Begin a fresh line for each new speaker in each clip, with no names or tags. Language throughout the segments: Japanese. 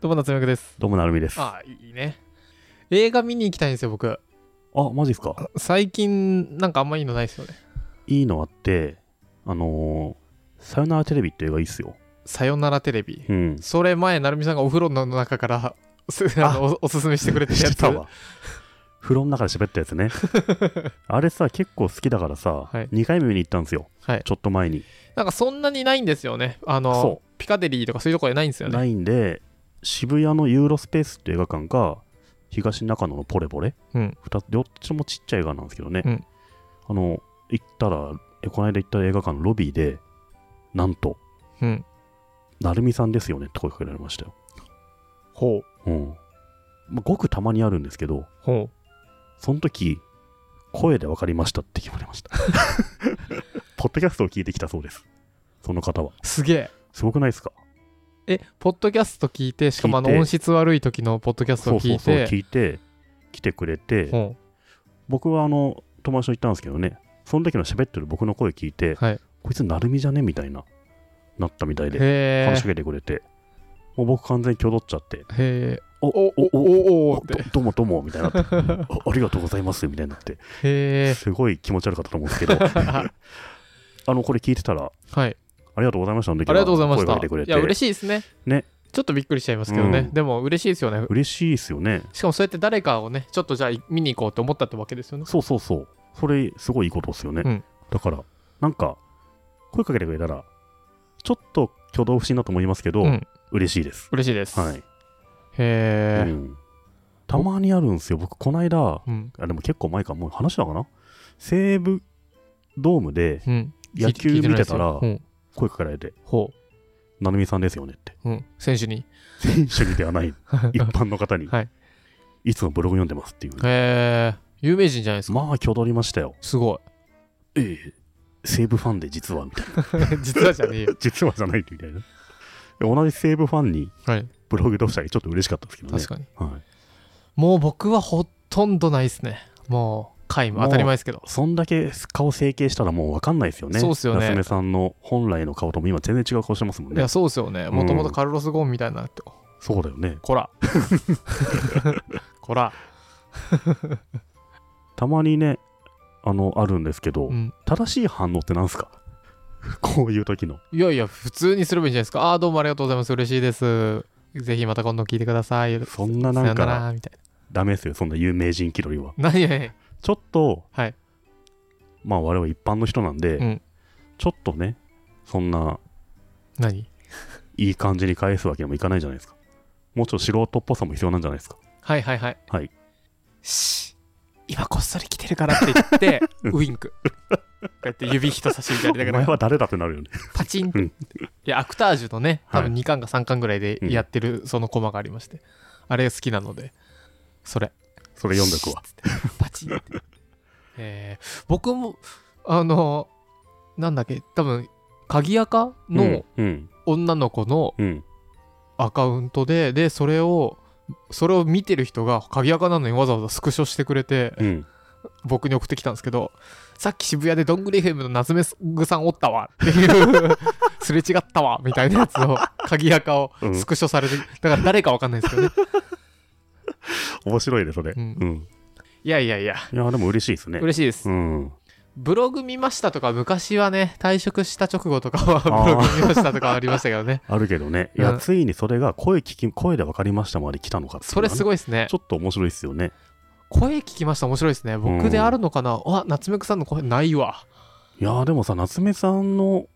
どうも夏目くです。
どうもなるみです。あ、
あ、いいね。映画見に行きたいんですよ、僕。
マジっすか。
最近、なんかあんまいいのないですよね。
いいのあって、あのー、さよならテレビって映画いいっすよ。
さよならテレビ。
うん。
それ前、なるみさんがお風呂の中からすあのおおすすめしてくれて
知
や
っ
つ
てたわ。風呂の中で喋ったや つね。あれさ、結構好きだからさ、
はい
2回目見に行ったんですよ。
はい
ちょっと前に。
なんかそんなにないんですよね。あの
そ、
ピカデリーとかそういうとこじゃないんですよね。
ないんで、渋谷のユーロスペースって映画館か、東中野のポレポレ、
うん
二つどっちもちっちゃい映画なんですけどね。
うん
あの、行ったら、えこの間行った映画館のロビーで、なんと、
うん。
なるみさんですよねって声かけられましたよ。
ほう。
うん。まあ、ごくたまにあるんですけど、
ほう。
その時、声で分かりましたって決まり ました。ポッドキャストを聞いてきたそうです。その方は。
すげえ。
すごくないですか
え、ポッドキャスト聞いて、しかもあの
聞いて
音質悪い時のポッドキャスト
そ
を
う
聞
そう
い
そ
て、
う、聞いて、来てくれて、
ほ
僕はあの、友達と行ったんですけどね、その時の喋ってる僕の声聞いて、
う。はい。
こいつなるみじゃねみたいな、なったみたいで、
へ
話し
ー
かけてくれて、もう僕完全に挙動っちゃって、
へー
お、
お、お、お、おーっ
ど
て。
どうもどうもみたいに なっておありがとうございますみたいになって、
へ
すごい気持ち悪かったと思うんです けど、
ー
あの、これ聞いてたら、
はい。
ありがとうございました。あり
ありがとうございまし
声
た。
かけてくれ
い
て。
や、嬉
しい。
しいですね。
ね。
ちょっとびっくりしちゃいますけどね。
うん
でも、嬉しいですよね。
嬉しいですよね。
しかも、そうやって誰かをね、ちょっとじゃあ見に行こうと思ったってわけですよね。
そうそうそう。それ、すごいいいことですよね。
うん
だから、なんか、声かけてくれたら、ちょっと挙動不審だと思いますけど、
うん
嬉しいです。
嬉しいです。
はい。
へ
う
え。
んたまにあるんですよ。僕、こないだ、
うん。
あ、でも結構前か、もう話したかな西武ドームで
うん。
野球見てたら
聞い、ないですよ
声かけられて、
うんほ
なるみさんですよねって。
う。うん。選手に。
選手にではない、 一般の方に、
はい
いつもブログ読んでますっていう。
へえ。有名人じゃないですか。
まあ、挙動ありましたよ。
す ごい。
ええ、西武ファンで実はみ たいな。
実はじゃねえよ。
実はじゃないみたいな。同じ西武ファンに
はい。
ブログ読者がちょっと嬉しかったですけどね
確。かに。
はい、
もう僕はほとんどないですね。もう、皆無。
もう
当たり前ですけど。
そんだけ顔整形したらもう分かんないですよね。
そうっすよね
夏目さんの本来の顔とも今全然違う顔してますもん
い
ね
や、。そうですよね。もともとカルロス・ゴーンみたいになって。
そうだよね。
こら。 こら。
たまにね、あの、あるんですけど、
うん。
正しい反応ってなんすか こういう時の。
いやいや、普通にすればいいんじゃないですか。ああ、どうもありがとうございます。嬉しいです。ぜひまた今度聞いてください。
そんな
さ
な
よ
ん
な、
から
みたい
ダメですよ、そんな有名人気取りは。
な。何や
ちょっと、
はい
まあ我々一般の人なんで、
うん
ちょっとね、そんな
何
いい感じに返すわけにもいかないじゃないですか。もうちょっと素人っぽさも必要なんじゃないですか。
はいはいはい。
はい。
し、今こっそり来てるからって言って、ウインク。こうやって指人差し指
お
やりなが
前
ら、
は誰だってなるよね。
パチンっ
う
て。い
ん
や、アクタージュのね、多
は
分
い
2巻か3巻ぐらいで
うん
やってるそのコマがありまして。あれが好きなので、それ。
それ読んでくわ。
シッつって。パチンって。えー僕も、あの、なんだっけ、多分、鍵垢の
うん、うん、
女の子の
うん。
アカウントで、で、それを、それを見てる人が鍵垢なのにわざわざスクショしてくれて、
うん、
僕に送ってきたんですけど、さっき渋谷でどんぐり FM の夏目ぐさんおったわっていう、すれ違ったわみたいなやつを、鍵垢を
うん
スクショされて、だから誰かわかんないですけどね。
面白いね、それ。
う
うんん。
いやいやいや、
いや、でも嬉しいですね。
嬉しいです
う。ん。
ブログ見ましたとか昔はね退職した直後とかはブログ見ましたとかありましたけど ね
あるけどね。いうや、
ん
ついにそれが声聞き、声で分かりましたまで来たのかっていう
そ
のがね
れすごいですね
ちょっと面白いですよね。
声聞きました面白いですね僕であるのかなあ夏目くさんの声ないわ
いやーでもさ夏目さんの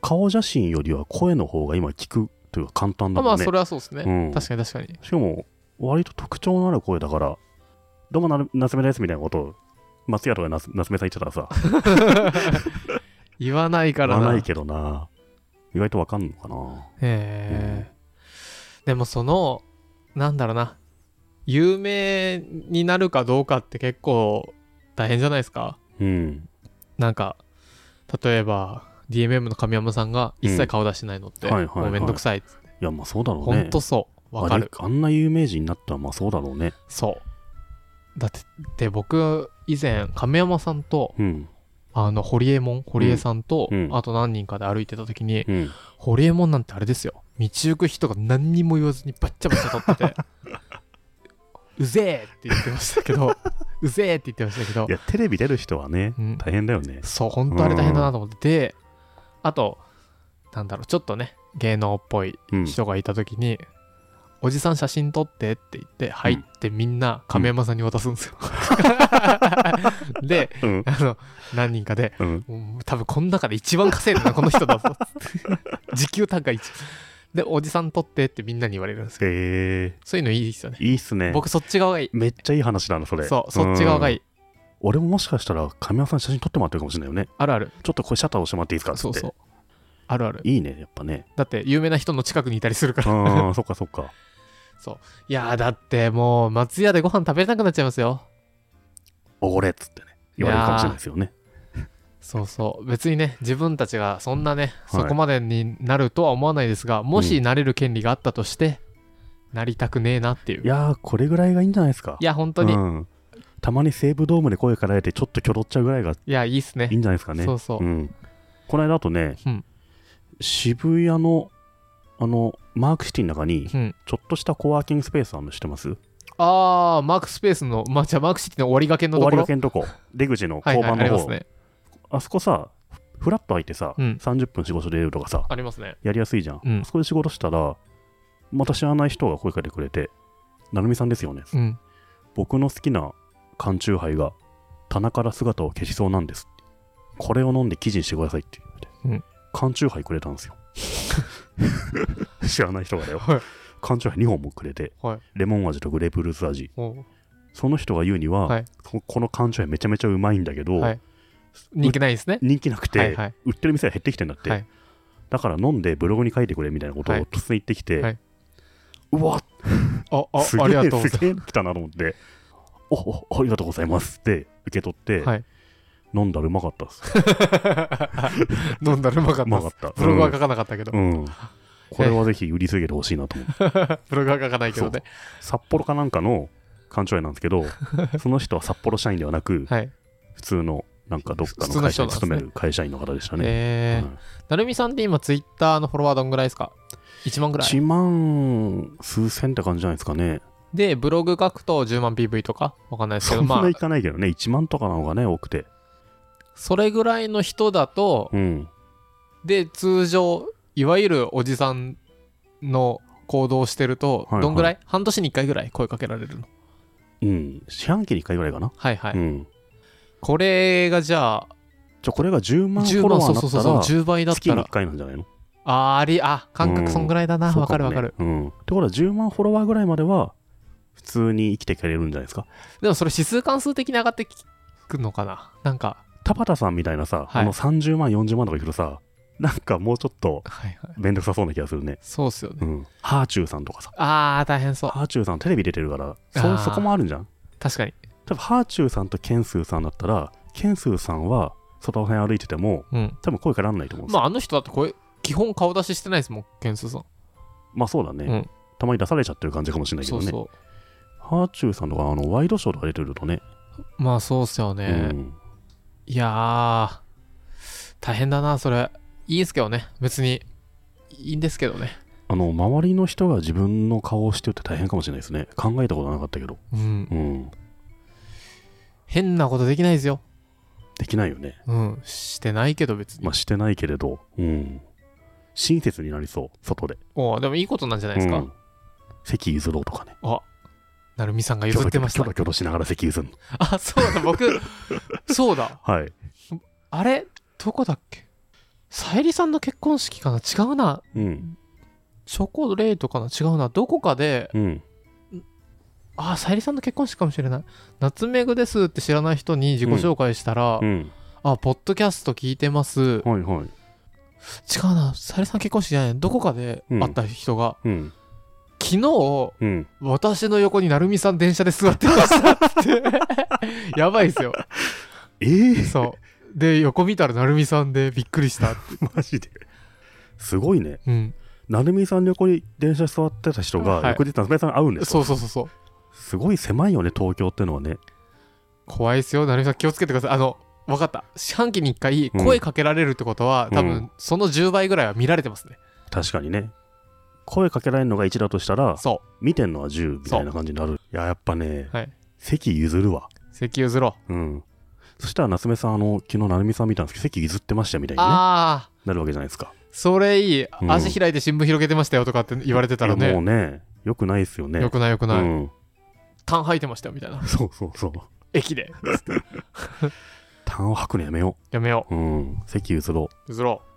顔写真よりは声の方が今聞くというか簡単だ
あま
も
あ
んね、
それはそうですね、
うん
確かに確かに
しかも割と特徴のある声だから「どうもなる夏目です」みたいなことを松屋とか夏夏目さん言ってたらさ
言わないから
言
な
わないけどな意外とわかんのかな
えーでもそのなんだろうな有名になるかどうかって結構大変じゃないですか
うん
なんか例えば DMM の神山さんが一切顔出してないのって、
うんはいはいはい
もうめんどくさいっつって
いやまあそうだろう
ほ
ね
んとそう。わかる。
あれあんな有名人になったらまあそうだろうね
そう。だって、で、僕、以前、亀山さんと、
うん
あの、堀江門、堀江さんと、
うんうん
あと何人かで歩いてた時に、
うん
堀江門なんてあれですよ。道行く人が何にも言わずにバッチャバチャ立ってて うぜえって言ってましたけど うぜえって言ってましたけど
いや、テレビ出る人はね
うん、
大変だよね。
そう本当あれ大変だなと思ってであとなんだろうちょっとね芸能っぽい
うん。
人がいた時に、おじさん写真撮ってって言って入ってみんな亀山さんに渡すんです よ、で
うん。
あの何人かで
うん。
もう多分この中で一番稼いだなこの人だぞ 時給高いでおじさん撮ってってみんなに言われるんですよ
え
そういうのいいですよね
ー、いいっすね。
僕そっち側がいい
めっちゃいい話だな、それ。
そうそっち側がい
い。
い
俺ももしかしたら、神山さん写真撮ってもらってるかもしれないよね。
あるある
ちょっとこれシャッター押してもらっていいですかっつって。
そうそうあるある
いいね、やっ ぱね。
だって有名な人の近くにいたりするから
ああ、そっかそっか。
いやーだってもう松屋でご飯食べれなくなっちゃいますよ
おごれっつってね。言われるかもしれないですよね。
そうそう別にね自分たちがそんなね、
はい
そこまでになるとは思わないですがもしなれる権利があったとして、なりたくねえなっていう
いやー、これぐらいがいいんじゃないですか。
いや本当に、
うんたまに西武ドームで声かられて、ちょっときょろっちゃうぐらいが
いやいいっすね
いいんじゃないですかね。
そうそう、
うん、この間あとね、
うん
渋谷のあのマークシティの中に
うん
ちょっとしたコワーキングスペースあるの知ってます
あーマークスペースのまあじゃあマークシティの終わりがけの
終
とこ
わり
ろ
がけのとこ出口の
はい
交
はい
番
あ
の
りま
方、
すね
あそこさフラッと入ってさ、
うん
30分仕事で出るとかさ
ありますね
やりやすいじゃん、
うん
あそこで仕事したらまた知らない人が声かけてくれて「成美さんですよね、
うん
僕の好きな缶チューハイが棚から姿を消しそうなんですこれを飲んで記事にしてくださいって言われて、缶チューハイくれたんですよ知らない人がだよ
はい
缶チューハイ2本もくれて、
はい
レモン味とグレープフルーツ味
も
その人が言うには、
はい
ここの缶チューハイめちゃめちゃうまいんだけど、
はい人気ないですね
人気なくて、
はいはい
売ってる店が減ってきてんだって、
はい
だから飲んでブログに書いてくれみたいなことを
はい
突然言ってきて、
はいう
わ
ああ
すげえ
ありがとうございます
すげえ来たなと思って、おおありがとうございますって受け取って、
はい
飲んだらうまかったっす。
飲んだらうまか
う
った
ま
っ
か
す
った。
ブログは書かなかったけど、
うん、うんこれはぜひ売り続けてほしいなと思って。
ブログは書かないけどね
札幌かなんかの館長屋なんですけど、 その人は札幌社員ではなく、
はい
普通のなんかどっか
普通
の
の
会
人
社
なんですね
に勤める会社員の方でしたね。
えー
うん
なるみさんって今ツイッターのフォロワーどんぐらいですか ?1 万ぐらい
1万数千って感じじゃないですかね。
でブログ書くと10万 PV とかわかんないですけ
そ
ど
ん
ま
な
あ
いかないけどね、1万とかなのがね、多くて。
それぐらいの人だと
うん。
で通常いわゆるおじさんの行動をしてると、
はいはい
どんぐらい半年に1回ぐらい声かけられるの
うん。四半期に1回ぐらいかな。
はいはい、
うん。
これがじゃあ
じゃあこれが10万フ
10
ォロ
万そう
ワーにな
そうそう
った
そう
ら、
10倍だっ
月
た
に
ら
1回なんじゃないの
あーありあ感
う
覚
ん
そんぐらいだなわ、
そう
かるわ
もね
かる
うん。ってことは10万フォロワーぐらいまでは普通に生きていけれるんじゃないですか。
でもそれ指数関数的に上がってくのかななんか
田畑さんみたいなさ、
はい
あの30万、40万とかいくとさ、なんかもうちょっと
はいはい
めんどくさそうな気がするね。
そうっすよね
うん。ハーチューさんとかさ、
ああ大変そう
ハーチューさんテレビ出てるから、
あー
そそこもあるんじゃん
確かに
多分ハーチューさんとケンスーさんだったら、ケンスーさんは外ら辺歩いてても、
うん
多分声からんないと思うんです
ま
よ。
ああの人だってこれ基本顔出ししてないですもん、ケンスーさん。
まあそうだね、
うん
たまに出されちゃってる感じかもしれないけ
そ
ど
う
ね。
そ
ハーチューさんとかあのワイドショーとか出てるとね、
う。まあそうっすよね。
うん、
いやー、大変だな、それ。いいんすけどね。別に、いいんですけどね。
あの周りの人が自分の顔をしてるって大変かもしれないですね。考えたことなかったけど、
うん。
うん、
変なことできないですよ。
できないよね。
うん。してないけど別に。
まあしてないけれど、うん、親切になりそう、外で。
おうでもいいことなんじゃないですか。
うん席譲ろうとかね。
あ、なるみさんが譲ってまし
キョ
た
ロ。キョロキョロキョロしながら席譲るの。
あ、そうだ、僕、そうだ。
はい。
あれどこだっけさゆりさんの結婚式かな違うな。
うん。
チョコレートかな違うな。どこかで、
うん。
あ、さゆりさんの結婚式かもしれない。夏目ぐですって知らない人に自己紹介したら、
うん。
あ、ポッドキャスト聞いてます。違
はいはい。
うな、さゆりさん結婚式じゃない。どこかで
うん
会った人が、
うん。
昨日、
うん。
私の横になるみさん電車で座って ましたって。やばいですよ。
ええ
そう。で、横見たらなるみさんでびっくりした。
マジで。すごいね。
うん。
なるみさんの横に電車座ってた人
は
が、
い
翌日、夏目さんに会うんです
そ
よ。
うそうそうそう。
すごい狭いよね、東京ってのはね。
怖いですよ。なるみさん気をつけてください。あの、わかった。四半期に一回
うん
声かけられるってことは、多
う
分その10倍ぐらいは見られてますね。
確かにね。声かけられるのが1だとしたら
そ
見てんのは10みたいな感じになるいややっぱね、
はい
席譲るわ
う石油ずろ
うんそしたら夏目さんあの昨日成美さん見たんですけど席譲ってましたみたいに、ね、
ああ
なるわけじゃないですか
それいい
ん
足開いて新聞広げてましたよとかって言われてたら
いやも
ね
うねよくないですよね
よくないよくない、
うん、
タン吐いてましたよみたいな
そうそうそう
駅で
痰を吐くのやめよ
やめよ
ううん席譲ろ
う譲ろう